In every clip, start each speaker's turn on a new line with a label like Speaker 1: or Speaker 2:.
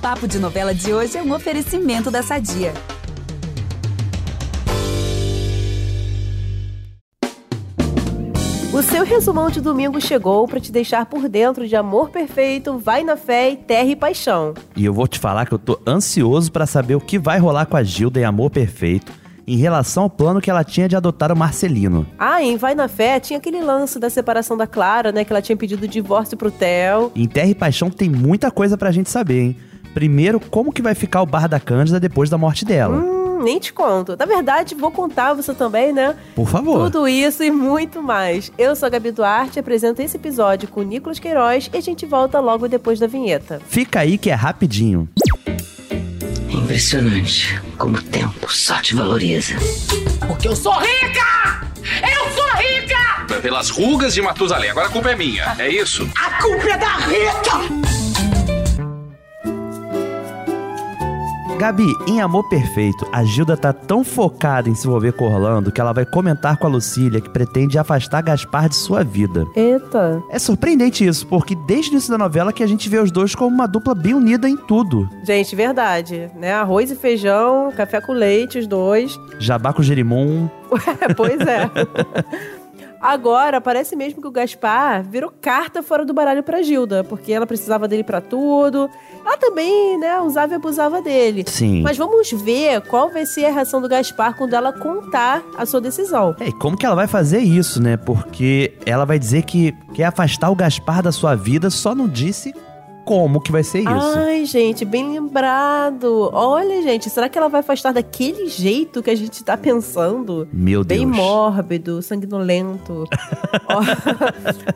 Speaker 1: Papo de Novela de hoje é um oferecimento da Sadia.
Speaker 2: O seu resumão de domingo chegou para te deixar por dentro de Amor Perfeito, Vai na Fé e Terra e Paixão.
Speaker 3: E eu vou te falar que eu tô ansioso para saber o que vai rolar com a Gilda em Amor Perfeito em relação ao plano que ela tinha de adotar o Marcelino.
Speaker 2: Ah, em Vai na Fé tinha aquele lance da separação da Clara, né? Que ela tinha pedido divórcio pro Theo.
Speaker 3: Em Terra e Paixão tem muita coisa pra gente saber, hein? Primeiro, como que vai ficar o bar da Cândida depois da morte dela.
Speaker 2: Hum, nem te conto. Na verdade, vou contar você também, né?
Speaker 3: Por favor.
Speaker 2: Tudo isso e muito mais. Eu sou a Gabi Duarte, apresento esse episódio com o Nicolas Queiroz e a gente volta logo depois da vinheta.
Speaker 3: Fica aí que é rapidinho.
Speaker 4: Impressionante como o tempo só te valoriza.
Speaker 5: Porque eu sou rica! Eu sou rica!
Speaker 6: Pelas rugas de Matusalém, agora a culpa é minha, é isso?
Speaker 5: A culpa é da Rita!
Speaker 3: Gabi, em Amor Perfeito, a Gilda tá tão focada em se envolver com Orlando que ela vai comentar com a Lucília que pretende afastar Gaspar de sua vida.
Speaker 2: Eita.
Speaker 3: É surpreendente isso, porque desde o início da novela que a gente vê os dois como uma dupla bem unida em tudo.
Speaker 2: Gente, verdade, né? Arroz e feijão, café com leite, os dois.
Speaker 3: Jabá com gerimum.
Speaker 2: Ué, pois é. Agora, parece mesmo que o Gaspar virou carta fora do baralho pra Gilda, porque ela precisava dele pra tudo. Ela também, né, usava e abusava dele.
Speaker 3: Sim.
Speaker 2: Mas vamos ver qual vai ser a reação do Gaspar quando ela contar a sua decisão.
Speaker 3: É, e como que ela vai fazer isso, né? Porque ela vai dizer que quer afastar o Gaspar da sua vida, só não disse como que vai ser isso.
Speaker 2: Ah, Ai, gente, bem lembrado. Olha, gente, será que ela vai afastar daquele jeito que a gente tá pensando?
Speaker 3: Meu
Speaker 2: bem
Speaker 3: Deus.
Speaker 2: mórbido, sanguinolento. Ó,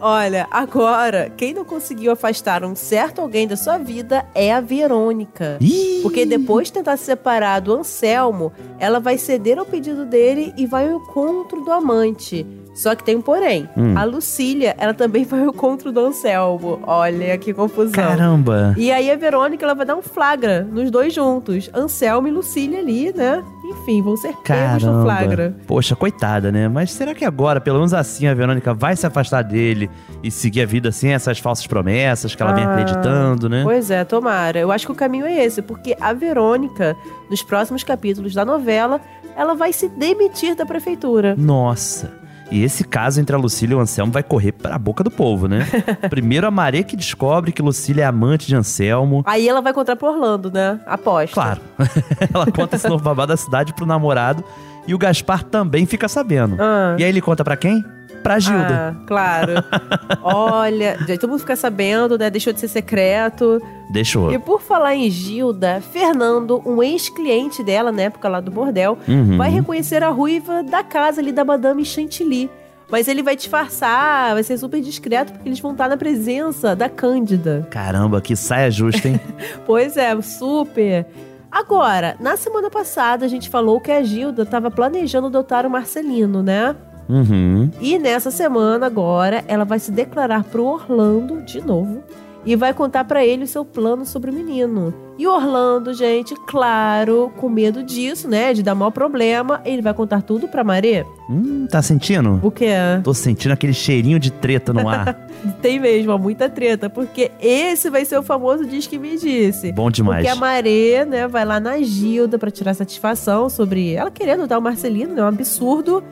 Speaker 2: Olha, agora, quem não conseguiu afastar um certo alguém da sua vida é a Verônica.
Speaker 3: Ih,
Speaker 2: Porque depois de tentar se separar do Anselmo, ela vai ceder ao pedido dele e vai ao encontro do amante. Só que tem um porém.
Speaker 3: Hum.
Speaker 2: A Lucília, ela também vai ao encontro do Anselmo. Olha que confusão.
Speaker 3: Caramba.
Speaker 2: E aí a Verônica, ela vai dar um flagra nos dois juntos. Anselmo e Lucília ali, né? Enfim, vão ser pegos no
Speaker 3: Caramba.
Speaker 2: flagra.
Speaker 3: Poxa, coitada, né? Mas será que agora, pelo menos assim, a Verônica vai se afastar dele e seguir a vida sem essas falsas promessas que ela vem
Speaker 2: Ah,
Speaker 3: acreditando, né?
Speaker 2: Pois é, tomara. Eu acho que o caminho é esse, porque a Verônica, nos próximos capítulos da novela, ela vai se demitir da prefeitura.
Speaker 3: Nossa. E esse caso entre a Lucília e o Anselmo vai correr pra boca do povo, né? Primeiro a Maré que descobre que Lucília é amante de Anselmo.
Speaker 2: Aí ela vai contar pro Orlando, né? Aposto.
Speaker 3: Claro. ela conta esse novo babado da cidade pro namorado e o Gaspar também fica sabendo.
Speaker 2: Ah.
Speaker 3: E aí ele conta pra quem? Pra Gilda.
Speaker 2: Ah, claro. Olha, gente, todo mundo fica sabendo, né? Deixou de ser secreto.
Speaker 3: Deixou.
Speaker 2: E por falar em Gilda, Fernando, um ex-cliente dela na época lá do bordel,
Speaker 3: Uhum.
Speaker 2: vai reconhecer a ruiva da casa ali da Madame Chantilly. Mas ele vai disfarçar, vai ser super discreto, porque eles vão estar na presença da Cândida.
Speaker 3: Caramba, que saia justa, hein?
Speaker 2: Pois é, super. Agora, na semana passada a gente falou que a Gilda estava planejando adotar o Marcelino, né?
Speaker 3: uhum.
Speaker 2: E nessa semana agora, ela vai se declarar pro Orlando de novo e vai contar pra ele o seu plano sobre o menino. E o Orlando, gente, claro, com medo disso, né, de dar mau problema, ele vai contar tudo pra Maré.
Speaker 3: Hum, tá sentindo?
Speaker 2: O que é?
Speaker 3: Tô sentindo aquele cheirinho de treta no ar.
Speaker 2: Tem mesmo ó, muita treta, porque esse vai ser o famoso diz que me disse.
Speaker 3: Bom demais.
Speaker 2: Porque a Maré, né, vai lá na Gilda pra tirar satisfação sobre ela querendo dar o Marcelino, né, um absurdo.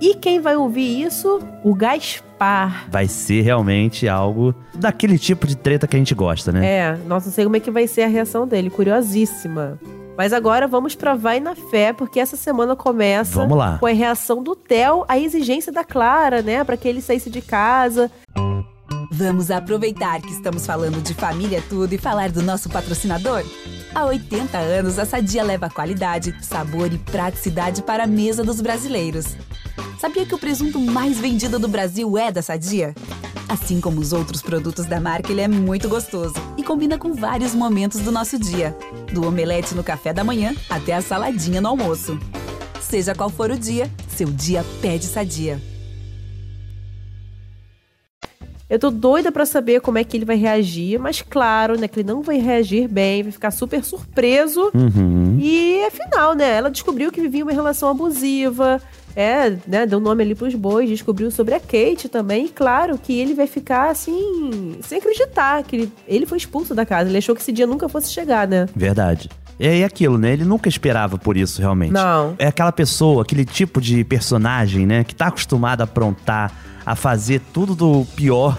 Speaker 2: E quem vai ouvir isso? O Gaspar.
Speaker 3: Vai ser realmente algo daquele tipo de treta que a gente gosta, né?
Speaker 2: É, nossa, não sei como é que vai ser a reação dele, curiosíssima. Mas agora vamos pra Vai na Fé, porque essa semana começa
Speaker 3: Vamos lá.
Speaker 2: com a reação do Theo à exigência da Clara, né? Pra que ele saísse de casa.
Speaker 1: Vamos aproveitar que estamos falando de família tudo e falar do nosso patrocinador? Há 80 anos, a Sadia leva qualidade, sabor e praticidade para a mesa dos brasileiros. Sabia que o presunto mais vendido do Brasil é da Sadia? Assim como os outros produtos da marca, ele é muito gostoso e combina com vários momentos do nosso dia. Do omelete no café da manhã até a saladinha no almoço. Seja qual for o dia, seu dia pede Sadia.
Speaker 2: Eu tô doida pra saber como é que ele vai reagir, mas claro, né, que ele não vai reagir bem, vai ficar super surpreso.
Speaker 3: Uhum.
Speaker 2: é E afinal, né? Ela descobriu que vivia uma relação abusiva, É, né, deu nome ali pros bois, descobriu sobre a Kate também. E claro que ele vai ficar assim, sem acreditar que ele, ele foi expulso da casa. Ele achou que esse dia nunca fosse chegar, né?
Speaker 3: Verdade. E aí é aquilo, né? Ele nunca esperava por isso, realmente.
Speaker 2: Não.
Speaker 3: É aquela pessoa, aquele tipo de personagem, né? Que tá acostumado a aprontar, a fazer tudo do pior.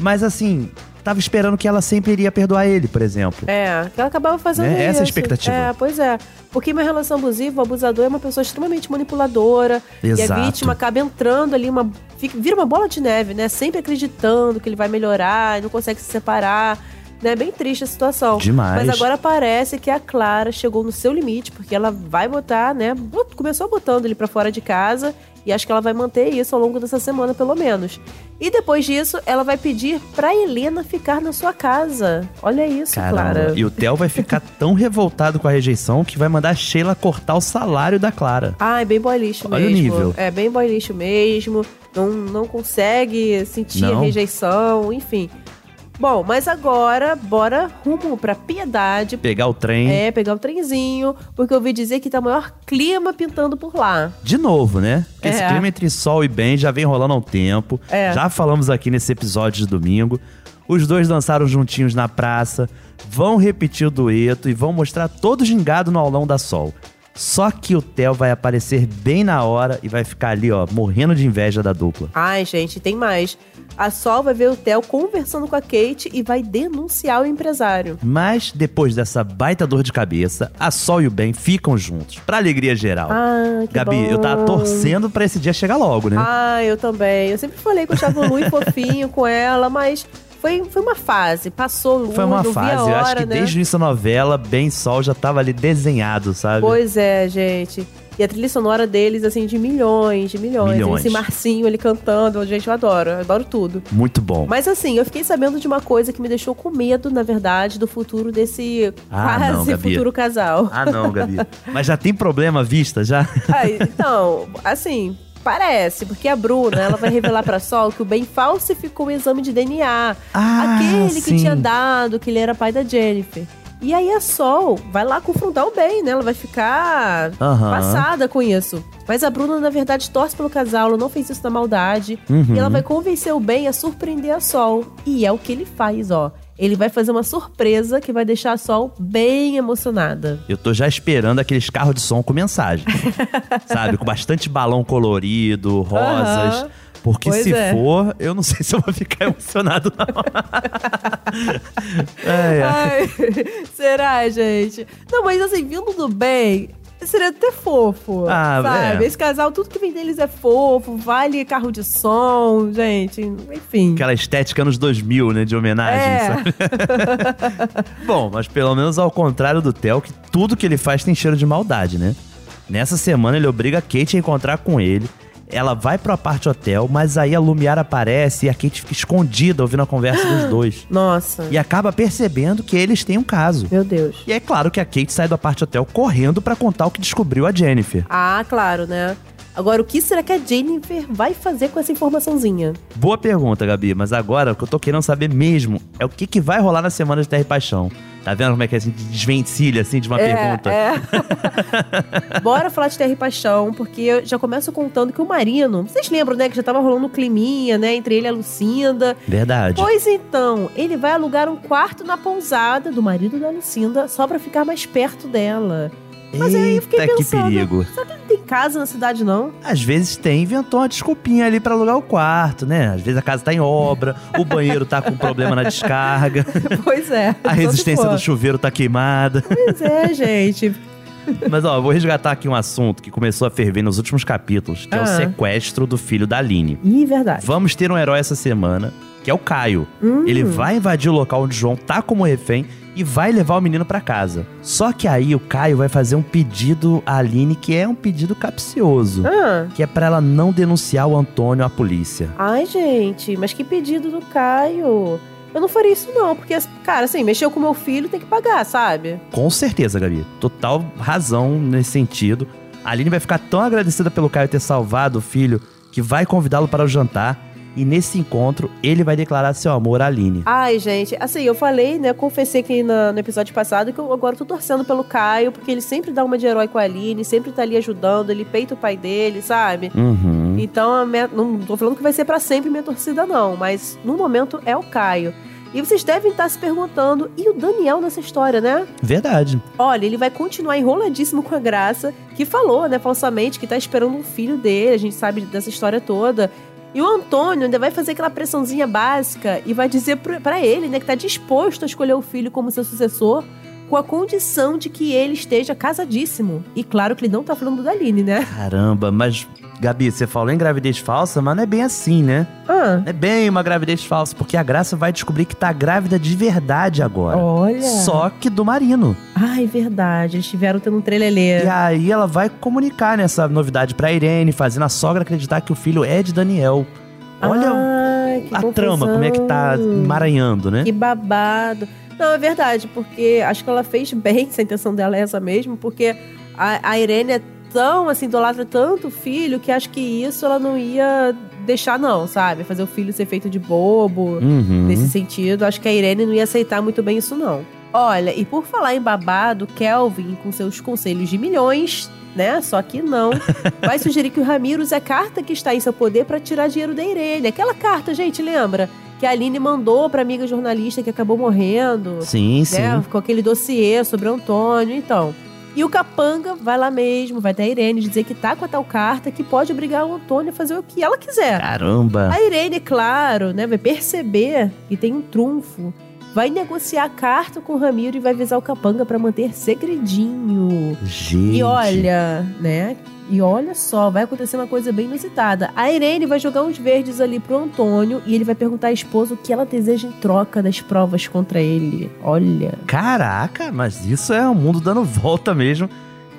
Speaker 3: Mas assim, tava esperando que ela sempre iria perdoar ele, por exemplo.
Speaker 2: É, que ela acabava fazendo
Speaker 3: Né?
Speaker 2: isso.
Speaker 3: Essa é a expectativa.
Speaker 2: É, pois é. Porque em uma relação abusiva, o abusador é uma pessoa extremamente manipuladora. E
Speaker 3: Exato.
Speaker 2: a vítima acaba entrando ali, uma, fica- vira uma bola de neve, né? Sempre acreditando que ele vai melhorar e não consegue se separar. né? É bem triste a situação.
Speaker 3: Demais.
Speaker 2: Mas agora parece que a Clara chegou no seu limite, porque ela vai botar, né? bot- Começou botando ele pra fora de casa e acho que ela vai manter isso ao longo dessa semana, pelo menos. E depois disso, ela vai pedir pra Helena ficar na sua casa. Olha isso,
Speaker 3: Caramba.
Speaker 2: Clara.
Speaker 3: E o Theo vai ficar tão revoltado com a rejeição que vai mandar a Sheila cortar o salário da Clara.
Speaker 2: Ah, é bem boy lixo
Speaker 3: Olha o
Speaker 2: mesmo.
Speaker 3: nível.
Speaker 2: É bem boy lixo mesmo. Não, não consegue sentir
Speaker 3: Não.
Speaker 2: a rejeição, enfim. Bom, mas agora, bora rumo pra piedade.
Speaker 3: Pegar o trem.
Speaker 2: É, pegar o trenzinho, porque eu ouvi dizer que tá o maior clima pintando por lá.
Speaker 3: De novo, né? Porque
Speaker 2: É.
Speaker 3: Esse clima entre Sol e Ben já vem rolando há um tempo.
Speaker 2: É.
Speaker 3: Já falamos aqui nesse episódio de domingo. Os dois dançaram juntinhos na praça, vão repetir o dueto e vão mostrar todo gingado no aulão da Sol. Só que o Theo vai aparecer bem na hora e vai ficar ali, ó, morrendo de inveja da dupla.
Speaker 2: Ai, gente, tem mais. A Sol vai ver o Theo conversando com a Kate e vai denunciar o empresário.
Speaker 3: Mas depois dessa baita dor de cabeça, a Sol e o Ben ficam juntos, pra alegria geral.
Speaker 2: Ah, que
Speaker 3: Gabi,
Speaker 2: bom.
Speaker 3: eu tava torcendo pra esse dia chegar logo, né?
Speaker 2: Ah, eu também. Eu sempre falei que eu achava o Lui fofinho com ela, mas foi, foi uma fase. Passou o Lui,
Speaker 3: Foi uma
Speaker 2: não vi a
Speaker 3: fase,
Speaker 2: hora,
Speaker 3: eu acho que
Speaker 2: né?
Speaker 3: desde o início da novela, Bem Sol já tava ali desenhado, sabe?
Speaker 2: Pois é, gente. E a trilha sonora deles, assim, de milhões, de milhões.
Speaker 3: Milhões.
Speaker 2: Esse Marcinho, ele cantando. Gente, eu adoro. Eu adoro tudo.
Speaker 3: Muito bom.
Speaker 2: Mas assim, eu fiquei sabendo de uma coisa que me deixou com medo, na verdade, do futuro desse
Speaker 3: Ah, não,
Speaker 2: quase
Speaker 3: Gabi.
Speaker 2: futuro casal.
Speaker 3: Ah não, Gabi. Mas já tem problema à vista, já?
Speaker 2: Ah, então, assim, parece, porque a Bruna, ela vai revelar pra Sol que o Ben falsificou o exame de DNA.
Speaker 3: Ah,
Speaker 2: aquele
Speaker 3: sim.
Speaker 2: que tinha dado, que ele era pai da Jennifer. E aí a Sol vai lá confrontar o Ben, né? Ela vai ficar
Speaker 3: Aham.
Speaker 2: passada com isso. Mas a Bruna, na verdade, torce pelo casal, ela não fez isso na maldade.
Speaker 3: Uhum.
Speaker 2: E ela vai convencer o Ben a surpreender a Sol. E é o que ele faz, ó. Ele vai fazer uma surpresa que vai deixar a Sol bem emocionada.
Speaker 3: Eu tô já esperando aqueles carros de som com mensagem. sabe? Com bastante balão colorido, rosas.
Speaker 2: Aham.
Speaker 3: Porque
Speaker 2: Pois
Speaker 3: se
Speaker 2: é.
Speaker 3: for, eu não sei se eu vou ficar emocionado, não. é, é.
Speaker 2: Ai, será, gente? Não, mas assim, vindo do bem, seria até fofo.
Speaker 3: Ah,
Speaker 2: sabe?
Speaker 3: é.
Speaker 2: Esse casal, tudo que vem deles é fofo, vale carro de som, gente. Enfim.
Speaker 3: Aquela estética anos 2000, né? De homenagem,
Speaker 2: É.
Speaker 3: sabe? Bom, mas pelo menos ao contrário do Theo, que tudo que ele faz tem cheiro de maldade, né? Nessa semana ele obriga a Kate a encontrar com ele. Ela vai pro parte hotel, mas aí a Lumiara aparece e a Kate fica escondida ouvindo a conversa dos dois.
Speaker 2: Nossa.
Speaker 3: E acaba percebendo que eles têm um caso.
Speaker 2: Meu Deus.
Speaker 3: E é claro que a Kate sai do parte hotel correndo pra contar o que descobriu a Jennifer.
Speaker 2: Ah, claro, né? Agora, o que será que a Jennifer vai fazer com essa informaçãozinha?
Speaker 3: Boa pergunta, Gabi, mas agora o que eu tô querendo saber mesmo é o que, que vai rolar na semana de Terra e Paixão. Tá vendo como é que a gente desvencilha assim de uma pergunta?
Speaker 2: é. Bora falar de Terra e Paixão, porque eu já começo contando que o Marino, vocês lembram, né, que já tava rolando um climinha, né, entre ele e a Lucinda.
Speaker 3: Verdade.
Speaker 2: Pois então, ele vai alugar um quarto na pousada do marido da Lucinda só pra ficar mais perto dela. Mas aí eu fiquei
Speaker 3: Eita, que
Speaker 2: pensando.
Speaker 3: perigo.
Speaker 2: Será que ele não tem casa na cidade, não?
Speaker 3: Às vezes tem, inventou uma desculpinha ali pra alugar o quarto, né? Às vezes a casa tá em obra, o banheiro tá com problema na descarga,
Speaker 2: Pois é.
Speaker 3: a resistência do chuveiro tá queimada.
Speaker 2: Pois é, gente.
Speaker 3: Mas ó, eu vou resgatar aqui um assunto que começou a ferver nos últimos capítulos, que é o
Speaker 2: Ah.
Speaker 3: sequestro do filho da Aline.
Speaker 2: Ih, verdade.
Speaker 3: Vamos ter um herói essa semana, que é o Caio.
Speaker 2: Hum.
Speaker 3: Ele vai invadir o local onde João tá como refém e vai levar o menino pra casa. Só que aí o Caio vai fazer um pedido à Aline que é um pedido capcioso,
Speaker 2: Ah.
Speaker 3: que é pra ela não denunciar o Antônio à polícia.
Speaker 2: Ai, gente, mas que pedido do Caio. Eu não faria isso, não, porque, cara, assim, mexeu com meu filho tem que pagar, sabe?
Speaker 3: Com certeza, Gabi. Total razão nesse sentido. A Aline vai ficar tão agradecida pelo Caio ter salvado o filho que vai convidá-lo para o jantar. E nesse encontro, ele vai declarar seu amor à Aline.
Speaker 2: Ai, gente, assim, eu falei, né? Confessei que na- no episódio passado que eu agora tô torcendo pelo Caio, porque ele sempre dá uma de herói com a Aline, sempre tá ali ajudando, ele peita o pai dele, sabe?
Speaker 3: Uhum.
Speaker 2: Então, a minha- não tô falando que vai ser pra sempre minha torcida, não, mas no momento é o Caio. E vocês devem estar se perguntando, e o Daniel nessa história, né?
Speaker 3: Verdade.
Speaker 2: Olha, ele vai continuar enroladíssimo com a Graça, que falou, né, falsamente, que tá esperando um filho dele, a gente sabe dessa história toda. E o Antônio ainda vai fazer aquela pressãozinha básica e vai dizer pro- pra ele, né, que tá disposto a escolher o filho como seu sucessor, com a condição de que ele esteja casadíssimo. E claro que ele não tá falando da Aline, né?
Speaker 3: Caramba, mas. Gabi, você falou em gravidez falsa, mas não é bem assim, né?
Speaker 2: Ah,
Speaker 3: Não é bem uma gravidez falsa, porque a Graça vai descobrir que tá grávida de verdade agora.
Speaker 2: olha.
Speaker 3: Só que do Marino.
Speaker 2: Ai, verdade, eles tiveram tendo um trelelê.
Speaker 3: E aí ela vai comunicar nessa novidade pra Irene, fazendo a sogra acreditar que o filho é de Daniel. Olha
Speaker 2: Ai, Ah, que
Speaker 3: a trama, como é que tá
Speaker 2: confusão.
Speaker 3: emaranhando, né?
Speaker 2: Que babado. Não, é verdade, porque acho que ela fez bem, se a intenção dela é essa mesmo, porque a, a Irene é tão, assim, idolatra tanto o filho, que acho que isso ela não ia deixar não, sabe? Fazer o filho ser feito de bobo,
Speaker 3: Uhum.
Speaker 2: nesse sentido. Acho que a Irene não ia aceitar muito bem isso não. Olha, e por falar em babado, Kelvin, com seus conselhos de milhões, né? Só que não. vai sugerir que o Ramiro use a carta que está em seu poder para tirar dinheiro da Irene. Aquela carta, gente, lembra? Que a Aline mandou pra amiga jornalista que acabou morrendo.
Speaker 3: Sim, sim.
Speaker 2: Né? Com aquele dossiê sobre o Antônio, então. E o Capanga vai lá mesmo, vai até a Irene dizer que tá com a tal carta que pode obrigar o Antônio a fazer o que ela quiser.
Speaker 3: Caramba.
Speaker 2: A Irene, claro, né, vai perceber que tem um trunfo. Vai negociar a carta com o Ramiro e vai avisar o Capanga pra manter segredinho.
Speaker 3: Gente.
Speaker 2: E olha, né? E olha só, vai acontecer uma coisa bem inusitada. A Irene vai jogar uns verdes ali pro Antônio e ele vai perguntar à esposa o que ela deseja em troca das provas contra ele. Olha.
Speaker 3: Caraca, mas isso é o mundo dando volta mesmo.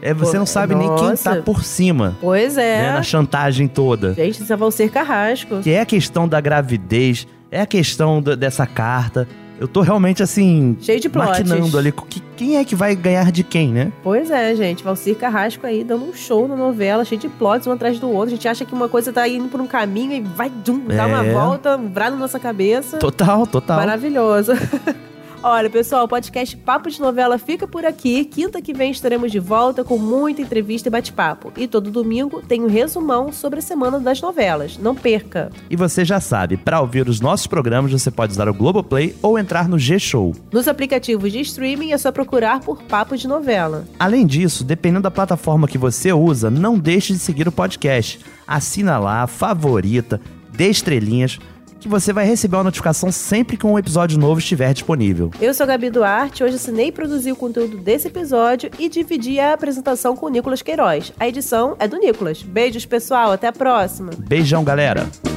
Speaker 3: É, você
Speaker 2: Pô,
Speaker 3: não sabe nem quem
Speaker 2: nossa.
Speaker 3: tá por cima,
Speaker 2: Pois
Speaker 3: né?
Speaker 2: é.
Speaker 3: Na chantagem toda.
Speaker 2: Gente, isso vai ser carrasco.
Speaker 3: Que é a questão da gravidez, é a questão da- dessa carta. Eu tô realmente assim.
Speaker 2: Cheio de plots.
Speaker 3: Maquinando ali co- que, quem é que vai ganhar de quem, né?
Speaker 2: Pois é, gente. Valcir Carrasco aí dando um show na novela, cheio de plots um atrás do outro. A gente acha que uma coisa tá indo por um caminho e vai dum, dá uma
Speaker 3: É.
Speaker 2: volta, um brado na nossa cabeça.
Speaker 3: Total, total.
Speaker 2: Maravilhoso. Olha, pessoal, o podcast Papo de Novela fica por aqui. Quinta que vem estaremos de volta com muita entrevista e bate-papo. E todo domingo tem um resumão sobre a semana das novelas. Não perca!
Speaker 3: E você já sabe, pra ouvir os nossos programas, você pode usar o Globoplay ou entrar no G-Show.
Speaker 2: Nos aplicativos de streaming é só procurar por Papo de Novela.
Speaker 3: Além disso, dependendo da plataforma que você usa, não deixe de seguir o podcast. Assina lá, favorita, dê estrelinhas, que você vai receber uma notificação sempre que um episódio novo estiver disponível.
Speaker 2: Eu sou a Gabi Duarte, hoje assinei e produzi o conteúdo desse episódio e dividi a apresentação com o Nicolas Queiroz. A edição é do Nicolas. Beijos, pessoal, até a próxima!
Speaker 3: Beijão, galera!